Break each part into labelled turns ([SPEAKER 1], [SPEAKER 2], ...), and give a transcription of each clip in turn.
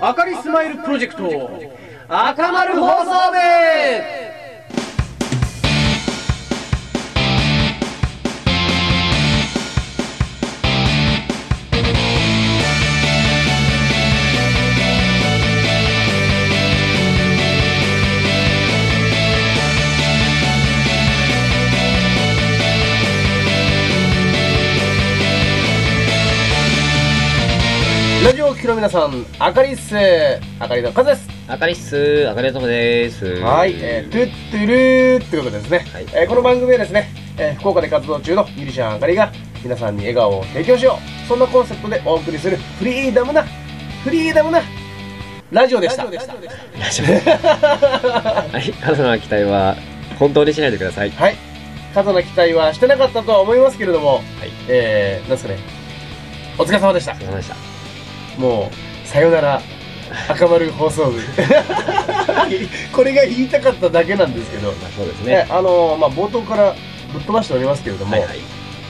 [SPEAKER 1] 明かりスマイルプロジェクト赤丸放送部
[SPEAKER 2] ラジオを聴きの皆さん、あかりっす。あかりのカズです。
[SPEAKER 3] あかりっす。あかりともです。
[SPEAKER 2] はい、えー、トゥットゥルーってことですね。
[SPEAKER 3] はい
[SPEAKER 2] えーこの番組はですね、えー福岡で活動中のミュージシャンあかりが皆さんに笑顔を提供しよう。そんなコンセプトでお送りするフリーダムな、フリーダムなラジオでした。
[SPEAKER 3] いらっしゃいませ。はい、あなたの期待は本当にしないでください。
[SPEAKER 2] はい。過度な期待はしてなかったとは思いますけれども、
[SPEAKER 3] はい
[SPEAKER 2] えー、なんすかね、お疲れ様でした
[SPEAKER 3] お疲。れ様でした。
[SPEAKER 2] もう、さよなら、赤丸放送部。これが言いたかっただけなんですけど。
[SPEAKER 3] まあ、そうです
[SPEAKER 2] ね
[SPEAKER 3] ね。
[SPEAKER 2] あのーまあ、冒頭からぶっ飛ばしておりますけれども、
[SPEAKER 3] はいはい。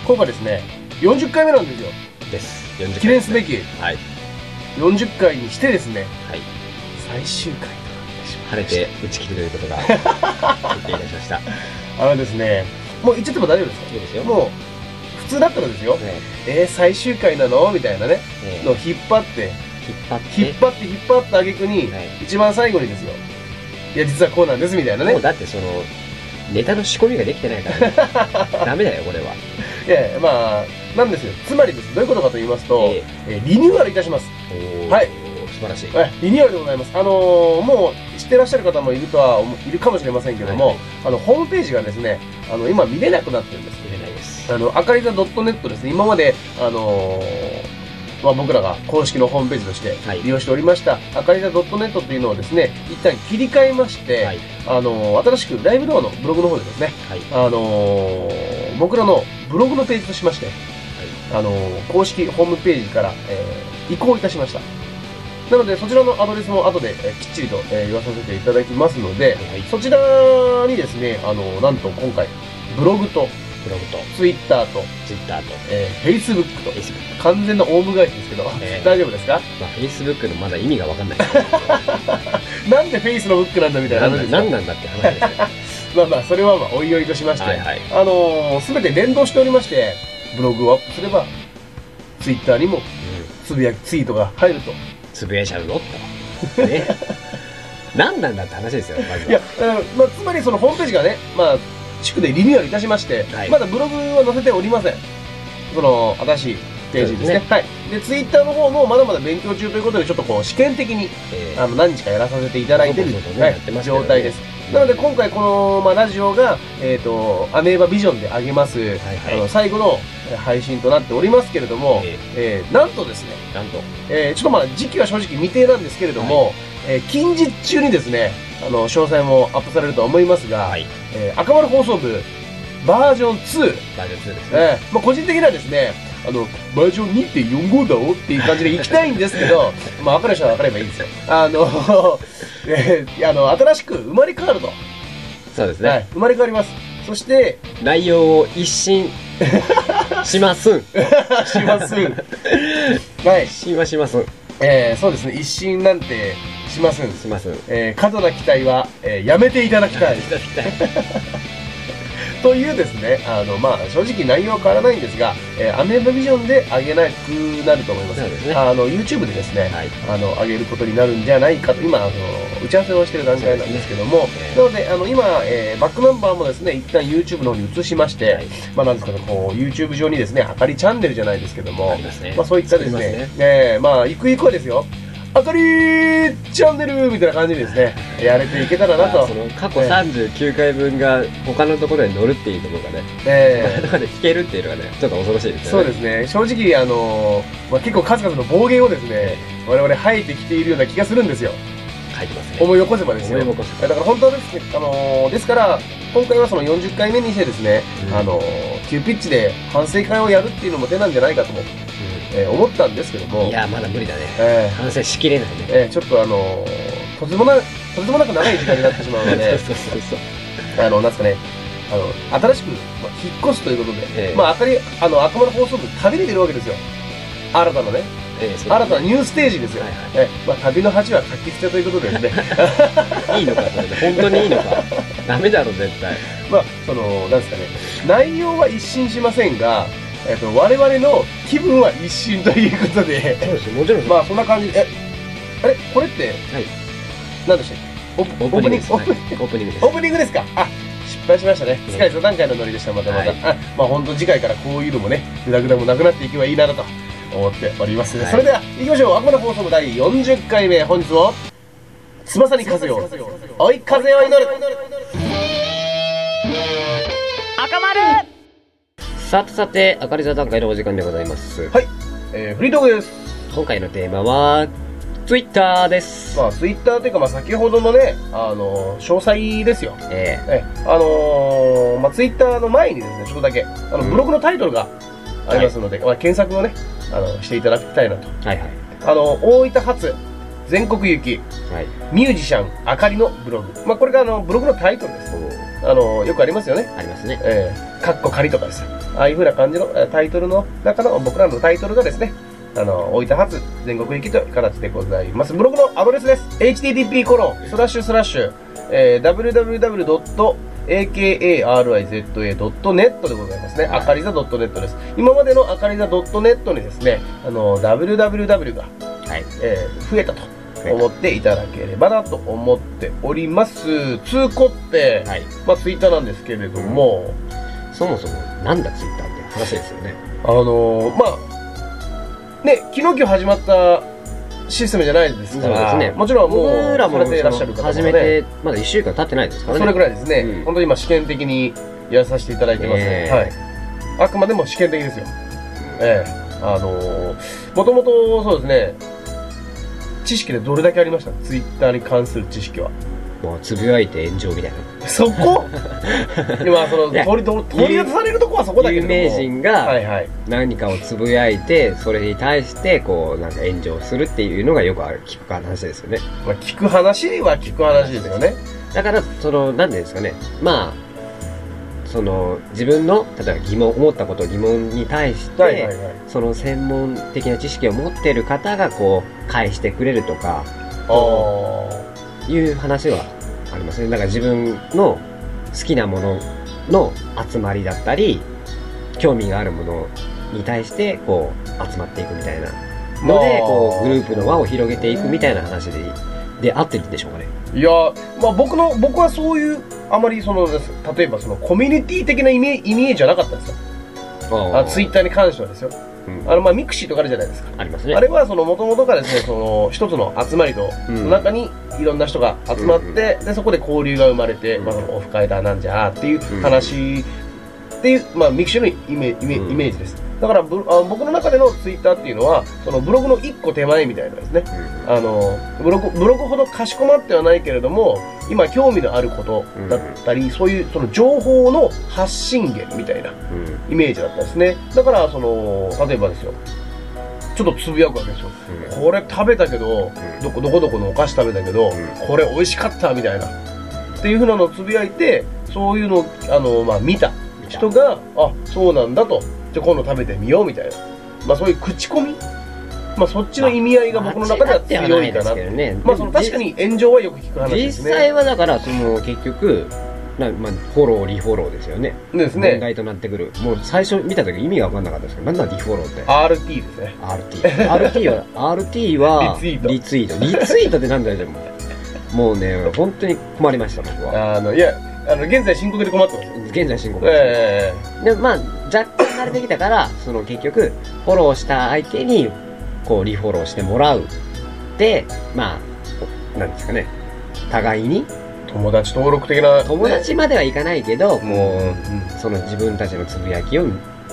[SPEAKER 2] 今回ですね40回目なんですよ
[SPEAKER 3] です。40回
[SPEAKER 2] 記念すべき
[SPEAKER 3] はい。
[SPEAKER 2] 40回にしてですね
[SPEAKER 3] はい。
[SPEAKER 2] 最終回となってしまいました
[SPEAKER 3] 晴れて打ち切るということ が決定いたしました。い
[SPEAKER 2] あのですねもう言っちゃっても大丈夫です
[SPEAKER 3] いです
[SPEAKER 2] か
[SPEAKER 3] よ。
[SPEAKER 2] もう普通だったらですよ
[SPEAKER 3] う、ね
[SPEAKER 2] えー、最終回なのみたいなね
[SPEAKER 3] ね
[SPEAKER 2] のを引っ張って
[SPEAKER 3] 引っ張って
[SPEAKER 2] 引っ張って引っ張った挙句に、
[SPEAKER 3] はい
[SPEAKER 2] 一番最後にですよいや実はこうなんですみたいなね
[SPEAKER 3] もうだってそのネタの仕込みができてな いから、ね、ダメだよこれは。
[SPEAKER 2] いやいやまあなんですよつまりですどういうことかと言いますと、
[SPEAKER 3] え
[SPEAKER 2] えーリニューアルいたします
[SPEAKER 3] ー
[SPEAKER 2] はい。
[SPEAKER 3] おー素晴らしい。
[SPEAKER 2] はいリニューアルでございます。あのーもう知ってらっしゃる方もいるとは思ういるかもしれませんけども、
[SPEAKER 3] はい
[SPEAKER 2] あのホームページがですね、あの今見れなくなってるんです。
[SPEAKER 3] 入れないです。
[SPEAKER 2] あの、あかりざ .net ですね。今まで、あのーまあ、僕らが公式のホームページとして
[SPEAKER 3] はい
[SPEAKER 2] 利用しておりました、あかりざ .net というのをですね、一旦切り替えまして、
[SPEAKER 3] はい
[SPEAKER 2] あのー新しくライブ動画のブログの方でですね、
[SPEAKER 3] はい。
[SPEAKER 2] あのー僕らのブログのページとしまして、あのー公式ホームページから、えー移行いたしました。なので、そちらのアドレスも後で、えーきっちりと、えー言わさせていただきますので、
[SPEAKER 3] はい。
[SPEAKER 2] そちらにですね、あのーなんと今回、ブログと、
[SPEAKER 3] ブログと
[SPEAKER 2] ツイッターと、
[SPEAKER 3] ツイッターと
[SPEAKER 2] えー、Facebook と、
[SPEAKER 3] Facebook。
[SPEAKER 2] 完全なオウム返しですけど、
[SPEAKER 3] えー
[SPEAKER 2] 大丈夫ですか
[SPEAKER 3] まあ Facebook のまだ意味がわかんない。
[SPEAKER 2] なんでフェイスのブックなんだみたいな
[SPEAKER 3] な
[SPEAKER 2] 話
[SPEAKER 3] んだ
[SPEAKER 2] です
[SPEAKER 3] なんなんだって話ですよ。
[SPEAKER 2] まあまあ、それはまあ、おいおいとしまして、
[SPEAKER 3] はいはい。
[SPEAKER 2] あのー、すべて連動しておりまして、ブログをアップすれば、ツイッターにもつぶやきツイートが入ると。
[SPEAKER 3] つぶやいちゃうぞ と。ね。何なんだって話ですよ、まず
[SPEAKER 2] いや
[SPEAKER 3] は。、
[SPEAKER 2] うんまあ、つまりそのホームページがね、まあ、宿でリニューアルいたしまして、
[SPEAKER 3] はい
[SPEAKER 2] まだブログは載せておりません。その、新しいページですね。
[SPEAKER 3] そうですね
[SPEAKER 2] はい。で、ツイッターの方もまだまだ勉強中ということで、ちょっとこう、試験的に、
[SPEAKER 3] えー
[SPEAKER 2] あの、何日かやらさせていただいてる、
[SPEAKER 3] そうそうそう
[SPEAKER 2] はい
[SPEAKER 3] やってますけど
[SPEAKER 2] 状
[SPEAKER 3] ね
[SPEAKER 2] 態です。なので、今回この、まあ、ラジオが、えっ、と、アメーバビジョンで上げます、
[SPEAKER 3] はい
[SPEAKER 2] あ
[SPEAKER 3] は
[SPEAKER 2] の、最後のえー配信となっておりますけれども、
[SPEAKER 3] え
[SPEAKER 2] えーなんとですね、
[SPEAKER 3] い。なんと。
[SPEAKER 2] えーちょっとまあ時期は正直未定なんですけれども、えー近日中にですね、あの、詳細もアップされると思いますが、
[SPEAKER 3] はい。
[SPEAKER 2] えー赤丸放送部バージョン2、
[SPEAKER 3] バージョン2ですね。
[SPEAKER 2] えーまあ、個人的にはですね、あの、バージョン2.45だおっていう感じで行きたいんですけ ど、まあ、わかる人はわかればいいんですよ。あの、 えーあの、新しく生まれ変わると。
[SPEAKER 3] そうです
[SPEAKER 2] は
[SPEAKER 3] ね。
[SPEAKER 2] い、生まれ変わります。そ して、
[SPEAKER 3] 内容を 一新しますん。
[SPEAKER 2] します。はい
[SPEAKER 3] 一。新はしますん。
[SPEAKER 2] えーそうですね、一新なんてしますん。
[SPEAKER 3] しますん。
[SPEAKER 2] えー過度な期待は、えーやめていただきたい。というですね、あの、まあ、正直内容は変わらないんですが、えーアメーバビジョンで上げなくなると思います。
[SPEAKER 3] そうですね
[SPEAKER 2] あの、YouTube でですね、
[SPEAKER 3] はい。
[SPEAKER 2] あの、上げることになるんじゃないかと、今、あの、打ち合わせをしている段階なんですけども、
[SPEAKER 3] そうですね
[SPEAKER 2] なので、あの、今、えーバックナンバーもですね、一旦 YouTube の方に移しまして、
[SPEAKER 3] はい
[SPEAKER 2] まあ、なんですかね、こう、YouTube 上にですね、あかりチャンネルじゃないですけども、
[SPEAKER 3] ありますね。
[SPEAKER 2] まあそういったです
[SPEAKER 3] あ
[SPEAKER 2] ね、
[SPEAKER 3] り
[SPEAKER 2] え
[SPEAKER 3] ます
[SPEAKER 2] えまあ、ゆくゆくはですよ、あかりチャンネルみたいな感じでですね、やれていけたらな
[SPEAKER 3] まあ
[SPEAKER 2] と
[SPEAKER 3] そ、の過去39回分が他のところに乗るっていうところがね、 他の
[SPEAKER 2] え
[SPEAKER 3] ところで聞けるっていうのがね、ちょっと恐ろしい
[SPEAKER 2] え
[SPEAKER 3] です
[SPEAKER 2] そ
[SPEAKER 3] よ
[SPEAKER 2] う
[SPEAKER 3] ね。
[SPEAKER 2] ですね、正直、あのまあ、結構数々の暴言をですね、我々吐いてきているような気がするんですよ。
[SPEAKER 3] 書いてますね。
[SPEAKER 2] 思い起こせばですよ。
[SPEAKER 3] 思い起こせば
[SPEAKER 2] だから本当はですね、あのですから、今回はその40回目にしてですね、
[SPEAKER 3] うん
[SPEAKER 2] あの急ピッチで反省会をやるっていうのも手なんじゃないかとも、えー思ったんですけど
[SPEAKER 3] うん
[SPEAKER 2] も、
[SPEAKER 3] いや、まだ無理だね。
[SPEAKER 2] ええ
[SPEAKER 3] 反省しきれないね。
[SPEAKER 2] えーちょっとあのーとてもな、とてもなく長い時間になってしまうので、
[SPEAKER 3] そうそうそうそう。
[SPEAKER 2] あの、なんすかね、あの、新しく、まあ、引っ越すということで、
[SPEAKER 3] ええ
[SPEAKER 2] まあ、あかり、あの、赤丸放送部、旅に出るわけですよ。新たなね、
[SPEAKER 3] ええそう
[SPEAKER 2] 新たなニューステージですよ。
[SPEAKER 3] はいは
[SPEAKER 2] えまあ、旅の恥は書き捨てということですね。
[SPEAKER 3] いいいのかそれで本当に いいのかダメだろ絶対
[SPEAKER 2] まあ、その、なんですかね、内容は一新しませんが、えっと、我々の気分は一新ということで、
[SPEAKER 3] そうですよもちろん
[SPEAKER 2] まあ、そんな感じで、え、あれこれって、
[SPEAKER 3] はい
[SPEAKER 2] 何でしたっけオー
[SPEAKER 3] オープニングです、
[SPEAKER 2] オ
[SPEAKER 3] は
[SPEAKER 2] ー
[SPEAKER 3] い
[SPEAKER 2] プニング
[SPEAKER 3] オープニングです
[SPEAKER 2] オープニングですかあ失敗しましたね。
[SPEAKER 3] うん
[SPEAKER 2] スカイ座談会のノリでした、またまた。
[SPEAKER 3] はい
[SPEAKER 2] あまあ、本当次回からこういうのもね、グダグダもなくなっていけばいいなと思っております。
[SPEAKER 3] はい
[SPEAKER 2] それでは、行きましょう。悪魔の放送部第40回目、本日も、翼に風を、追い風を祈る。
[SPEAKER 3] さてさて明るさ段階のお時間でございます
[SPEAKER 2] えー、フリートークです。
[SPEAKER 3] 今回のテーマはツイッターです、
[SPEAKER 2] まあ、ツイッターというか、まあ、先ほどのね、あのー詳細ですよ。
[SPEAKER 3] え
[SPEAKER 2] え、あのーまあ、ツイッターの前にですね、ちょっとだけ、あの、
[SPEAKER 3] うん
[SPEAKER 2] ブログのタイトルがありますので、まあ、検索をね、あの、していただきたいなと。
[SPEAKER 3] えはいはい
[SPEAKER 2] あの、大分発、全国行き、
[SPEAKER 3] はい
[SPEAKER 2] ミュージシャン、あかりのブログ。まあ、これが、あの、ブログのタイトルです。
[SPEAKER 3] おー
[SPEAKER 2] あのよくありますよね。
[SPEAKER 3] ありますね
[SPEAKER 2] えー、かっこ仮とかですね。ああいうふうな感じのえータイトルの中の僕らのタイトルがですね、あの、大分発全国行きという形でございます。ブログのアドレスです。http コロンスラッシュスラッシュ、えー、www.akariza.net でございますね。
[SPEAKER 3] はい
[SPEAKER 2] あかりざ .net です。今までのあかりざ .net にですね、あの、www が、
[SPEAKER 3] はい
[SPEAKER 2] えー増えたと思っていただければなと思っております。通行って、
[SPEAKER 3] はい
[SPEAKER 2] まあツイッターなんですけれども、
[SPEAKER 3] そもそもなんだツイッターって話ですよね
[SPEAKER 2] あのーまあね昨日今日始まったシステムじゃないですから
[SPEAKER 3] そうですね
[SPEAKER 2] もちろんもう
[SPEAKER 3] 僕らも
[SPEAKER 2] されていらっしゃる方もね
[SPEAKER 3] 始めてまだ1週間経ってないですからね
[SPEAKER 2] それぐらいですね、
[SPEAKER 3] うん
[SPEAKER 2] 本当に今試験的にやらさせていただいてますね、
[SPEAKER 3] え
[SPEAKER 2] はい、あくまでも試験的ですよええあのもともとそうですね知識でどれだけありましたツイッターに関する知識は
[SPEAKER 3] もうつぶやいて炎上みたいな
[SPEAKER 2] そこ 今その
[SPEAKER 3] いや
[SPEAKER 2] 取り取り出されるとこはそこだけれ
[SPEAKER 3] 有
[SPEAKER 2] ども
[SPEAKER 3] 名人
[SPEAKER 2] は
[SPEAKER 3] が
[SPEAKER 2] いはい
[SPEAKER 3] 何かをつぶやいてそれに対してこうなんか炎上するっていうのがよくある聞く話ですよね
[SPEAKER 2] まあ、聞く話は聞く話ですよね
[SPEAKER 3] だからその何ですかねまあその自分の例えば疑問思ったこと疑問に対して、
[SPEAKER 2] はいはいはい
[SPEAKER 3] その専門的な知識を持っている方がこう返してくれるとか
[SPEAKER 2] ああ
[SPEAKER 3] いう話はありますねだから自分の好きなものの集まりだったり興味があるものに対してこう集まっていくみたいなので
[SPEAKER 2] あー
[SPEAKER 3] こうグループの輪を広げていくみたいな話でで合ってるんでしょうかね
[SPEAKER 2] いやまあ僕の僕はそういうあまりそのです例えばそのコミュニティ的なイメイメージはなかったんですよあツイッターに関してはですよ
[SPEAKER 3] うん
[SPEAKER 2] あのまあミクシーとかあるじゃないですか
[SPEAKER 3] ありますね
[SPEAKER 2] あれはその元々がですねその一つの集まりの
[SPEAKER 3] うん
[SPEAKER 2] 中にいろんな人が集まって、
[SPEAKER 3] うん
[SPEAKER 2] でそこで交流が生まれて、
[SPEAKER 3] うん
[SPEAKER 2] まあ、そのオフ会だなんじゃっていう話っていう、まあ、ミクシーのイメイメイ
[SPEAKER 3] うん
[SPEAKER 2] メージですだからブあ僕の中でのツイッターっていうのはそのブログの一個手前みたいなですね
[SPEAKER 3] うん
[SPEAKER 2] あのブログブログほどかしこまってはないけれども今興味のあることだったり、そういうその情報の発信源みたいな
[SPEAKER 3] うん
[SPEAKER 2] イメージだったんですねだからその例えばですよちょっとつぶやくわけですよ
[SPEAKER 3] う
[SPEAKER 2] これ食べたけど
[SPEAKER 3] ん
[SPEAKER 2] どこどこどこのお菓子食べたけど、
[SPEAKER 3] うん
[SPEAKER 2] これ美味しかったみたいなっていうふうなのをつぶやいてそういうのをあの、まあ、見た人があそうなんだとじゃあ今度食べてみようみたいな、まあ、そういう口コミ、まあ、そっちの意味合いが僕の中では強いかな
[SPEAKER 3] 間違ってはないですけどね
[SPEAKER 2] まあその確かに炎上はよく聞く話で
[SPEAKER 3] 実
[SPEAKER 2] す
[SPEAKER 3] 際
[SPEAKER 2] ね。
[SPEAKER 3] はだからその結局なまあ、フォローリフォローですよね
[SPEAKER 2] です
[SPEAKER 3] 問
[SPEAKER 2] ね。
[SPEAKER 3] 題となってくるもう最初見た時意味が分かんなかったですけどなんだリフォローって
[SPEAKER 2] RT ですね。
[SPEAKER 3] RT RT は RT
[SPEAKER 2] リ
[SPEAKER 3] は
[SPEAKER 2] ツイート
[SPEAKER 3] リツイートリツイートってなんだよじゃあもうもうね本当に困りました僕は
[SPEAKER 2] あの、いや、あの、現在深刻で困ってますよ。
[SPEAKER 3] 現在進行形で
[SPEAKER 2] え
[SPEAKER 3] でまあ若干慣れてきたからその結局フォローした相手にこうリフォローしてもらうでまあなんですかね互いに
[SPEAKER 2] え友達登録的な。
[SPEAKER 3] 友達まではいかないけ
[SPEAKER 2] も
[SPEAKER 3] ど、
[SPEAKER 2] う
[SPEAKER 3] もう、その自分たちのつぶやきを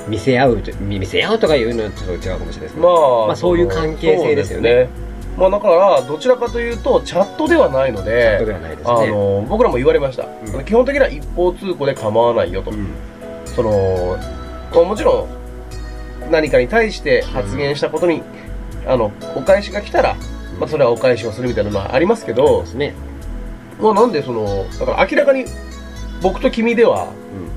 [SPEAKER 3] 見せ合うと、見見せ合うとかいうのはちょっと違うかもしれないです
[SPEAKER 2] ま
[SPEAKER 3] けど、
[SPEAKER 2] あ、
[SPEAKER 3] まあそういう関係性ですよね
[SPEAKER 2] そうですね。まあだから、どちらかというと、チャットではないの
[SPEAKER 3] ま
[SPEAKER 2] で、
[SPEAKER 3] ではないです
[SPEAKER 2] あ
[SPEAKER 3] ね。
[SPEAKER 2] の、僕らも言われました。
[SPEAKER 3] うん
[SPEAKER 2] 基本的には一方通行で構わないよと
[SPEAKER 3] う。ん
[SPEAKER 2] その、まあもちろん、何かに対して発言したことに、あの、お返しが来たら、まあそれはお返しをするみたいなのはありますけ
[SPEAKER 3] そう
[SPEAKER 2] ど
[SPEAKER 3] で、すね。
[SPEAKER 2] まあなんでそのだから明らかに僕と君では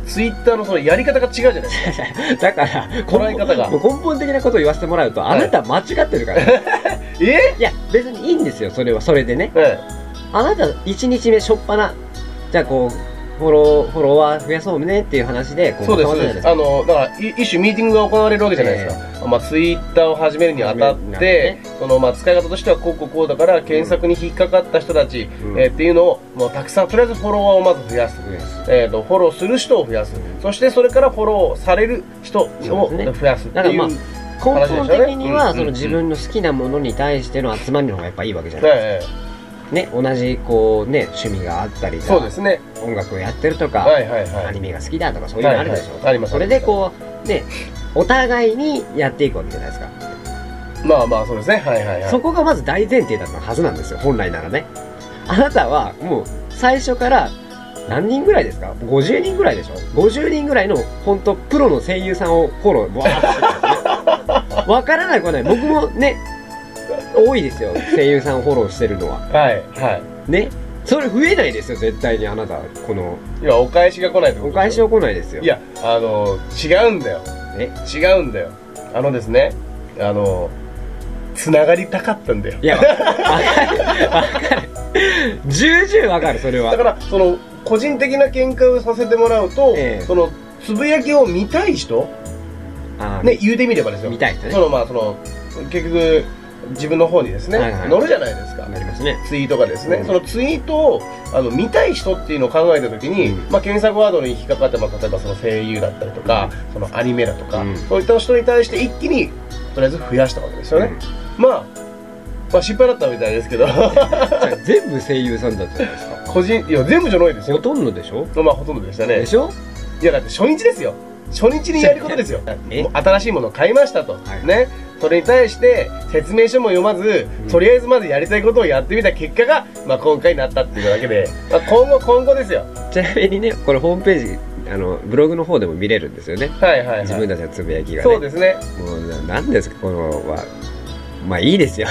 [SPEAKER 3] うん
[SPEAKER 2] ツイッターのそのやり方が違うじゃないですか。
[SPEAKER 3] だから、根
[SPEAKER 2] 捉え
[SPEAKER 3] 本
[SPEAKER 2] 方が
[SPEAKER 3] もう根本的なことを言わせてもらうと、あ
[SPEAKER 2] はい
[SPEAKER 3] なた間違ってるから。
[SPEAKER 2] え
[SPEAKER 3] いや、別にいいんですよ、それは、それでね。
[SPEAKER 2] は
[SPEAKER 3] あなた、1日目、しょっぱな、じゃあこう、フォロー、フォロワー増やそうねっていう話で、こ
[SPEAKER 2] い。そうです、
[SPEAKER 3] ま
[SPEAKER 2] そ
[SPEAKER 3] と
[SPEAKER 2] う
[SPEAKER 3] まっ
[SPEAKER 2] で
[SPEAKER 3] たじゃないです
[SPEAKER 2] す。
[SPEAKER 3] か
[SPEAKER 2] あの、だから、い一種ミーティングが行われるわけじゃないですか。まあ、ツイッターを始めるにあたっ
[SPEAKER 3] 始めるにあたってて、
[SPEAKER 2] その、まあ、使い方としては、こうこうこうだから、検索に引っかかった人たち、
[SPEAKER 3] うん
[SPEAKER 2] えーっていうのを、もうたくさん、とりあえずフォロワーをまず増やす。えー、とフォローする人を増やす、そしてそれからフォローされる人を
[SPEAKER 3] そうですね
[SPEAKER 2] 増やすって
[SPEAKER 3] だから
[SPEAKER 2] いう
[SPEAKER 3] まあ根本的に
[SPEAKER 2] 話でしょうねうん
[SPEAKER 3] は、
[SPEAKER 2] うん
[SPEAKER 3] その自分の好きなものに対しての集まりの方がやっぱいいわけじゃない
[SPEAKER 2] ええ
[SPEAKER 3] ね、同じこうね、趣味があったりとか、
[SPEAKER 2] そうですね
[SPEAKER 3] 音楽をやってるとか、
[SPEAKER 2] はいはい
[SPEAKER 3] ア
[SPEAKER 2] は
[SPEAKER 3] ニ
[SPEAKER 2] い
[SPEAKER 3] メが好きだとかそういうのあるでしょ、
[SPEAKER 2] はいはいあります
[SPEAKER 3] それでこうねお互いにやっていくわけじゃないですか、
[SPEAKER 2] まあまあそうですねはいはいはい
[SPEAKER 3] そこがまず大前提だったはずなんですよ本来ならねあなたはもう最初から何人ぐらいですか50人ぐらいでしょ50人ぐらいの本当プロの声優さんをフォローわーってしてたんですね わからないこはない僕もね多いですよ声優さんをフォローしてるのは
[SPEAKER 2] はいは
[SPEAKER 3] ねそれ増えないですよ絶対にあなたこの
[SPEAKER 2] いいやお返しが来ないってこ
[SPEAKER 3] お
[SPEAKER 2] とで
[SPEAKER 3] 返
[SPEAKER 2] し
[SPEAKER 3] し
[SPEAKER 2] ょ
[SPEAKER 3] を来ないですよ
[SPEAKER 2] いやあの違うんだよ
[SPEAKER 3] え
[SPEAKER 2] 違うんだよあのですねあのつながりたかったんだよ
[SPEAKER 3] いや、わかる。わかる。重々わかる、それ
[SPEAKER 2] だか
[SPEAKER 3] は。
[SPEAKER 2] らその個人的な見解をさせてもらうと、
[SPEAKER 3] ええ
[SPEAKER 2] そのつぶやきを見たい人、
[SPEAKER 3] あー
[SPEAKER 2] ね、言うてみればですよ
[SPEAKER 3] 見たい人
[SPEAKER 2] そ
[SPEAKER 3] ね。
[SPEAKER 2] のまあその結局自分の方にですね、
[SPEAKER 3] はいはい
[SPEAKER 2] 乗るじゃないですか
[SPEAKER 3] なりますね。
[SPEAKER 2] ツイートがですね、
[SPEAKER 3] うん
[SPEAKER 2] そのツイートをあの見たい人っていうのを考えた時に、
[SPEAKER 3] うん
[SPEAKER 2] まあ、検索ワードに引っかかって、まあ、例えばその声優だったりとか、そのアニメだとか、
[SPEAKER 3] うん
[SPEAKER 2] そういった人に対して一気にとりあえず増やしたわけですよね、まあ、まあ失敗だったみたいですけど
[SPEAKER 3] うん全部声優さんだったじゃないですか。
[SPEAKER 2] 個人いや全部じゃないです
[SPEAKER 3] ほ
[SPEAKER 2] よ
[SPEAKER 3] とんどでしょ
[SPEAKER 2] まあほとんどでしたね
[SPEAKER 3] でしょ
[SPEAKER 2] いやだって初日ですよ初日にやることですよ
[SPEAKER 3] え
[SPEAKER 2] もう新しいものを買いましたと、
[SPEAKER 3] はい
[SPEAKER 2] ねそれに対して説明書も読まず、
[SPEAKER 3] うん
[SPEAKER 2] とりあえずまずやりたいことをやってみた結果が、まあ、今回になったっていうだけで、まあ、今後今後ですよ
[SPEAKER 3] ちなみにね、これホームページ、あの、ブログの方でも見れるんですよね。
[SPEAKER 2] はいはい、はい、
[SPEAKER 3] 自分たちのつぶやきがね。
[SPEAKER 2] そうですね
[SPEAKER 3] もうな、なんですか、このは。まあいいで すよ。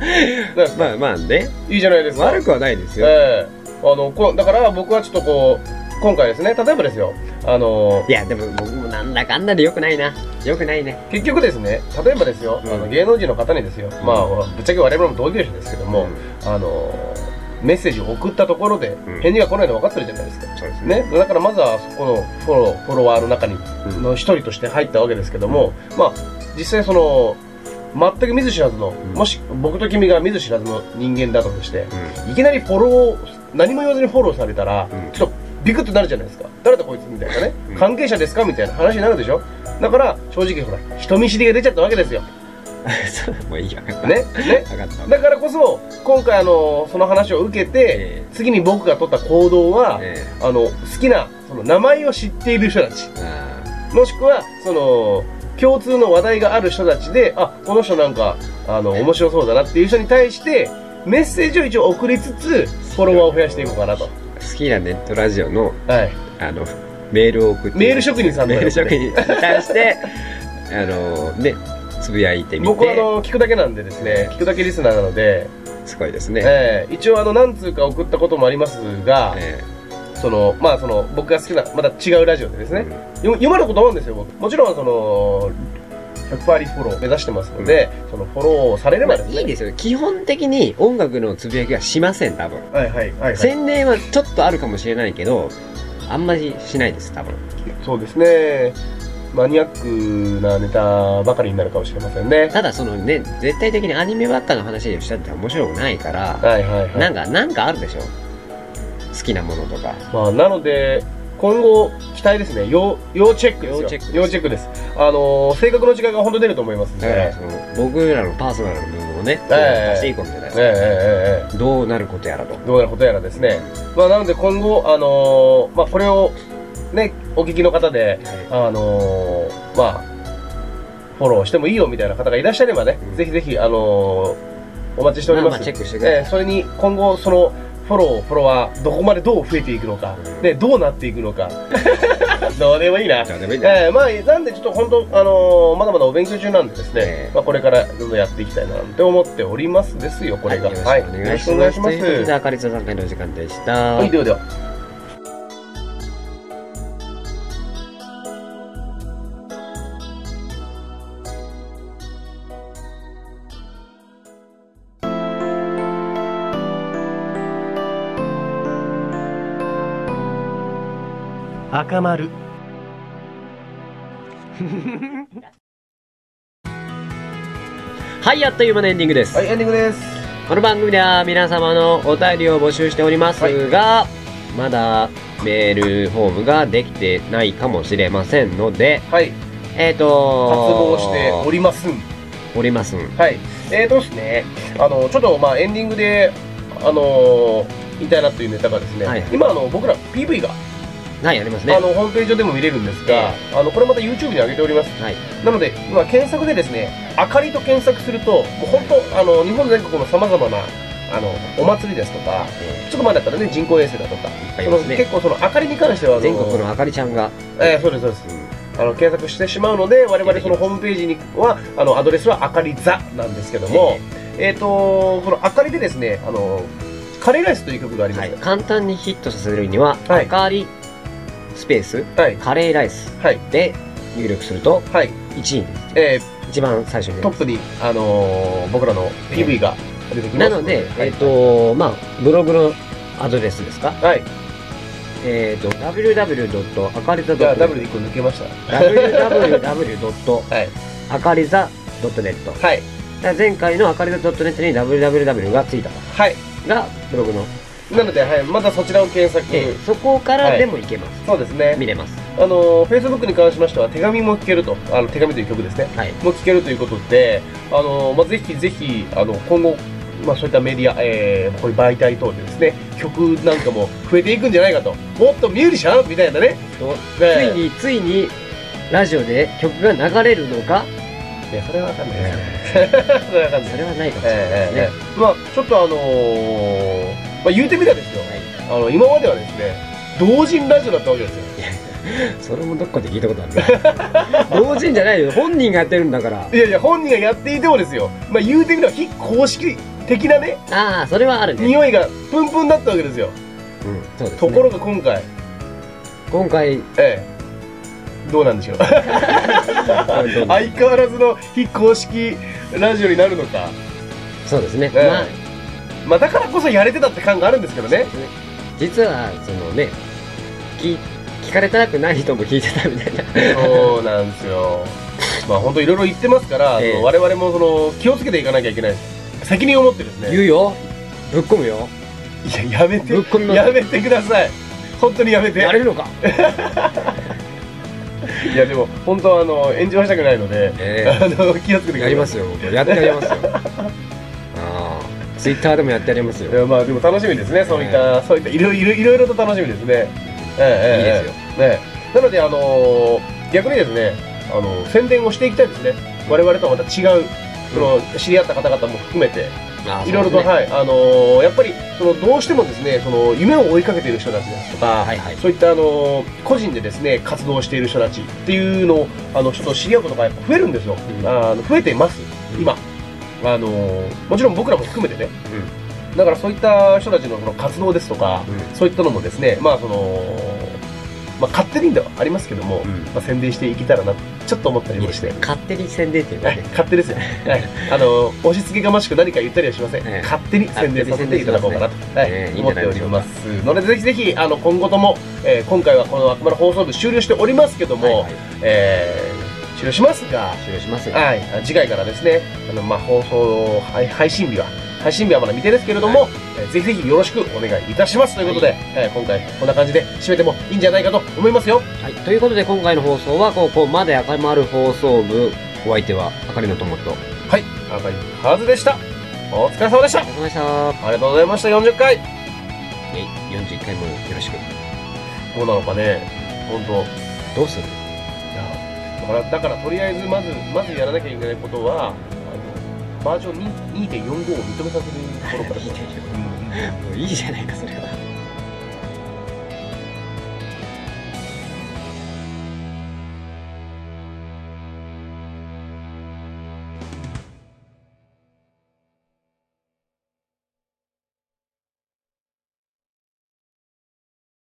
[SPEAKER 2] ね
[SPEAKER 3] まあまあね、
[SPEAKER 2] いいじゃないですか
[SPEAKER 3] 悪くはないですよ。
[SPEAKER 2] ええあのこだから僕はちょっとこう今回ですね例えばですよあの
[SPEAKER 3] いや、でも僕もなんだかんだで良くないな。良くないね。
[SPEAKER 2] 結局ですね例えばですよ、
[SPEAKER 3] うん
[SPEAKER 2] あの芸能人の方にですよ、まあぶっちゃけ我々も同業者ですけども、あのメッセージを送ったところで
[SPEAKER 3] うん
[SPEAKER 2] 返事が来ないの分かってるじゃないですか、
[SPEAKER 3] そうですね。
[SPEAKER 2] ね、だからまずはそこのフォローフォロワーの中に
[SPEAKER 3] うん
[SPEAKER 2] の一人として入ったわけですけども、まあ実際その全く見ず知らずの、
[SPEAKER 3] ん
[SPEAKER 2] もし僕と君が見ず知らずの人間だとして
[SPEAKER 3] う
[SPEAKER 2] いきなりフォローを何も言わずにフォローされたら、
[SPEAKER 3] うん
[SPEAKER 2] ちょっとビクッとなるじゃないですか誰だこいつみたいなね、
[SPEAKER 3] うん
[SPEAKER 2] 関係者ですかみたいな話になるでしょだから正直ほら人見知りが出ちゃったわけですよ
[SPEAKER 3] そうもういいよ。分かった。
[SPEAKER 2] ねね
[SPEAKER 3] 分かった。
[SPEAKER 2] だからこそ今回あのその話を受けて、
[SPEAKER 3] え
[SPEAKER 2] 次に僕が取った行動は、
[SPEAKER 3] ええ
[SPEAKER 2] あの好きなその名前を知っている人たち
[SPEAKER 3] えあ
[SPEAKER 2] もしくはその共通の話題がある人たちであこの人なんかあの面白そうだなっていう人に対してメッセージを一応送りつつフォロワーを増やしていこうかなと、
[SPEAKER 3] ー好きなネットラジオの
[SPEAKER 2] はい、
[SPEAKER 3] あのメールを送って
[SPEAKER 2] メール職人さんの
[SPEAKER 3] メ
[SPEAKER 2] よ
[SPEAKER 3] ー
[SPEAKER 2] うな
[SPEAKER 3] ル
[SPEAKER 2] こと
[SPEAKER 3] 職
[SPEAKER 2] で
[SPEAKER 3] 人に 対してあのねつぶやいてみて
[SPEAKER 2] 僕はあの聞くだけなんでですね聞くだけリスナーなので、
[SPEAKER 3] すごいですね、
[SPEAKER 2] えー一応あの何通か送ったこともありますが、
[SPEAKER 3] え
[SPEAKER 2] そのまあその僕が好きなまた違うラジオでです
[SPEAKER 3] え
[SPEAKER 2] ね、読読まれることもあるんですよ僕もちろんその100%リフォローを目指してますので、そのフォローをされれば
[SPEAKER 3] まあ
[SPEAKER 2] ですね、
[SPEAKER 3] いいですよ基本的に音楽のつぶやきはしません多分、
[SPEAKER 2] はいはいはい、はい、
[SPEAKER 3] 宣伝はちょっとあるかもしれないけどあんまりしないです多分
[SPEAKER 2] そうですねマニアックなネタばかりになるかもしれませんね
[SPEAKER 3] ただそのね絶対的にアニメばっかの話をしたって面白くないから、
[SPEAKER 2] はいはいは
[SPEAKER 3] ないんかなんかあるでしょ好きなものとか
[SPEAKER 2] まあなので今後期待ですね要要チェックですよ
[SPEAKER 3] 要チェックです
[SPEAKER 2] 要チェックですあのー性格の違いが本当出ると思いますんで、
[SPEAKER 3] だから
[SPEAKER 2] え
[SPEAKER 3] その僕らのパーソナルの部分をね、
[SPEAKER 2] ええ
[SPEAKER 3] 出していこうみたい
[SPEAKER 2] え
[SPEAKER 3] な、
[SPEAKER 2] ええええ
[SPEAKER 3] どうなることやらと
[SPEAKER 2] えどうなることやらですねまあなので今後あのーまあこれをねお聞きの方であのーまあ、フォローしてもいいよみたいな方がいらっしゃればね、
[SPEAKER 3] うん
[SPEAKER 2] ぜひぜひ、あのーお待ちしており
[SPEAKER 3] まあ
[SPEAKER 2] ま
[SPEAKER 3] ま
[SPEAKER 2] す。
[SPEAKER 3] あチェックしてくだ
[SPEAKER 2] え
[SPEAKER 3] さ
[SPEAKER 2] ーそれに今後、その、フォロー、フォロワー、どこまでどう増えていくのか、
[SPEAKER 3] うん
[SPEAKER 2] ね、どうなっていくのか、 どうでもいいな。
[SPEAKER 3] いじゃあでもいいんじゃない
[SPEAKER 2] えーまあ、なんでちょっと本当、あのーまだまだお勉強中なんでですね、
[SPEAKER 3] ええ
[SPEAKER 2] まあ、これからどんどんやっていきたいなって思っておりますですよ、これが。
[SPEAKER 3] はい、よろしくお願いします。
[SPEAKER 2] よ
[SPEAKER 3] とい
[SPEAKER 2] ろしくお願いし
[SPEAKER 3] うことで、
[SPEAKER 2] ま
[SPEAKER 3] あかり座談会のお時間でした。
[SPEAKER 2] すはい、ではでは。
[SPEAKER 4] 赤丸
[SPEAKER 3] はい、あっという間のエンディングです。
[SPEAKER 2] はい、エンディングです。
[SPEAKER 3] この番組では皆様のお便りを募集しておりますが、まだメールフォームができてないかもしれませんので、
[SPEAKER 2] はい、
[SPEAKER 3] えっ、
[SPEAKER 2] 活
[SPEAKER 3] と
[SPEAKER 2] 動しておりますん。
[SPEAKER 3] おりますん。
[SPEAKER 2] はい。えーとですね、あの、ちょっとまあエンディングで、あのー、言いたいなというネタがですね、
[SPEAKER 3] はい
[SPEAKER 2] 今あの僕ら PV が、
[SPEAKER 3] はい、ありますね。
[SPEAKER 2] あのホームページ上でも見れるんですが、あのこれまた YouTube に上げております。
[SPEAKER 3] はい
[SPEAKER 2] なので今検索でですね、あかりと検索すると、もう本当あの日本全国のさまざまなあのお祭りですとか、
[SPEAKER 3] え
[SPEAKER 2] ちょっと前だったらね人工衛星だとか、
[SPEAKER 3] ーいっぱいい
[SPEAKER 2] そ
[SPEAKER 3] ま
[SPEAKER 2] の
[SPEAKER 3] すね。
[SPEAKER 2] 結構そのあかりに関してはあの
[SPEAKER 3] 全国のあかりちゃんが、
[SPEAKER 2] えーそうですそうです。あの検索してしまうので我々そのホームページにはあのアドレスはあかり座なんですけども、えっ、とこのあかりでですねあのカレーライスという曲がありま
[SPEAKER 3] は
[SPEAKER 2] す
[SPEAKER 3] い、簡単にヒットさせるには、
[SPEAKER 2] はい
[SPEAKER 3] あかりスペース
[SPEAKER 2] はい
[SPEAKER 3] カレーライス
[SPEAKER 2] はい
[SPEAKER 3] で入力すると
[SPEAKER 2] はい、
[SPEAKER 3] 1位に出て
[SPEAKER 2] え
[SPEAKER 3] 一番最初に
[SPEAKER 2] ート
[SPEAKER 3] 出て
[SPEAKER 2] ップにあのー僕らの PV が出てきます
[SPEAKER 3] なので、
[SPEAKER 2] はい、
[SPEAKER 3] えっ、とまあブログのアドレスですか
[SPEAKER 2] はい
[SPEAKER 3] えっ、と www. あかりざ
[SPEAKER 2] じゃあ
[SPEAKER 3] .net
[SPEAKER 2] W で1個抜けました
[SPEAKER 3] www.
[SPEAKER 2] はい
[SPEAKER 3] あかりざ .net だか
[SPEAKER 2] はい
[SPEAKER 3] ら前回のあかりざ .net に www がついたか
[SPEAKER 2] はい
[SPEAKER 3] らがブログの、
[SPEAKER 2] なので、はい、またそちらを検索、
[SPEAKER 3] えーそこからでもいけます、
[SPEAKER 2] そうですね
[SPEAKER 3] 見れます
[SPEAKER 2] あのー Facebook に関しましては手紙も聴けるとあの手紙という曲ですね
[SPEAKER 3] はい
[SPEAKER 2] も聞けるということで、あのまあ、ぜひぜひあの今後、まあ、そういったメディア、えーこういう媒体等でですね曲なんかも増えていくんじゃないかともっとミュージシャンみたいなね
[SPEAKER 3] と
[SPEAKER 2] つ
[SPEAKER 3] ついについにラジオで曲が流れるのか
[SPEAKER 2] いやそれは分かんないですね、 それは分かんない
[SPEAKER 3] それはないかもしれないです
[SPEAKER 2] え
[SPEAKER 3] ね
[SPEAKER 2] ーえーえ、ーまあちょっとあのーまあ、言うてみたらですよ、あの今まではですね同人ラジオだったわけですよ
[SPEAKER 3] それもどっかで聞いたことあるな同人じゃないよ本人がやってるんだから
[SPEAKER 2] いやいや本人がやっていてもですよ、まあ、言うてみれば非公式的なね
[SPEAKER 3] ああそれはあるね、
[SPEAKER 2] 匂いがプンプンだったわけですよ
[SPEAKER 3] うん、そうですね
[SPEAKER 2] ところが今回
[SPEAKER 3] 今回
[SPEAKER 2] ええ、どうなんでしょう相変わらずの非公式ラジオになるのか、
[SPEAKER 3] そうですね、
[SPEAKER 2] ええ
[SPEAKER 3] まあ
[SPEAKER 2] まあ、だからこそやれてたって感があるんですけどね
[SPEAKER 3] 実はそのね聞聞かれたくない人も聞いてたみたいな
[SPEAKER 2] そうなんですよまあ本当いろいろ言ってますから、
[SPEAKER 3] ええ
[SPEAKER 2] その我々もその気をつけていかなきゃいけないです責任を持ってです
[SPEAKER 3] 言
[SPEAKER 2] ね
[SPEAKER 3] うよぶっ込むよ
[SPEAKER 2] いややめて
[SPEAKER 3] ぶっ込みます
[SPEAKER 2] やめてください本当にやめて
[SPEAKER 3] やれるのか、
[SPEAKER 2] いやでも本当はあの炎上したくないので、
[SPEAKER 3] え
[SPEAKER 2] あの気をつけてください
[SPEAKER 3] えやりますよ僕やってやりますよああツイッターでもやってやります
[SPEAKER 2] いや
[SPEAKER 3] よ
[SPEAKER 2] まあでも楽しみですね、そういった、そういったいろいろいろいろと楽しみですね。え
[SPEAKER 3] いいですよ
[SPEAKER 2] えええなのであのー逆にですね、あの宣伝をしていきたいですね。我々とはまた違う。その知り合った方々も含めて、
[SPEAKER 3] ああ
[SPEAKER 2] いろいろと、
[SPEAKER 3] そうですね
[SPEAKER 2] はい、あのーやっぱりそのどうしてもですね、その夢を追いかけている人たちですとか、
[SPEAKER 3] はいはい
[SPEAKER 2] そういったあのー個人でですね活動している人たちっていうのをあのちょっと知り合うことがやっぱ増えるんですよ。
[SPEAKER 3] うん
[SPEAKER 2] あの増えています。
[SPEAKER 3] うん
[SPEAKER 2] 今、あのーもちろん僕らも含めてね。だからそういった人たちのその活動ですとか、
[SPEAKER 3] う
[SPEAKER 2] そういったのもですね、まあその、まあ勝手にではありますけども、
[SPEAKER 3] うん
[SPEAKER 2] まあ宣伝していけたらな、ちょっと思ったり
[SPEAKER 3] いい
[SPEAKER 2] も
[SPEAKER 3] で
[SPEAKER 2] し
[SPEAKER 3] す
[SPEAKER 2] て。
[SPEAKER 3] ね勝手に宣伝っていうか
[SPEAKER 2] はい
[SPEAKER 3] ね、
[SPEAKER 2] 勝手ですよ。はい。あの、押し付けがましく何か言ったりはしません。
[SPEAKER 3] ええ
[SPEAKER 2] 勝手に宣伝させていただこうかなと、はい
[SPEAKER 3] ええ
[SPEAKER 2] 思っております。ので、ぜひぜひ、あの、今後とも、えー今回はこの悪魔の放送部終了しておりますけども、
[SPEAKER 3] はいはい
[SPEAKER 2] えー終了しますが、
[SPEAKER 3] 終了しますよ
[SPEAKER 2] はい、次回からですね、あのまあ、放送配配信日は、配信日はまだ未定ですけれども、えーぜひぜひよろしくお願いいたしますということで、えー今回こんな感じで締めてもいいんじゃないかと思いますよ。
[SPEAKER 3] はい、ということで今回の放送はここまで赤丸放送部お相手はあかりの友と
[SPEAKER 2] はい、赤いはずでした。お疲れ様でした。あ
[SPEAKER 3] お疲れ様でした
[SPEAKER 2] りがとうございました、40回。
[SPEAKER 3] えい41回もよろしく
[SPEAKER 2] どうなのかね、本当。い
[SPEAKER 3] ど うする
[SPEAKER 2] やだから、だからとりあえずまず、まずやらなきゃいけないことは、あのバージョン2 2.45を認めさせるところから。
[SPEAKER 3] いいじゃないかそれは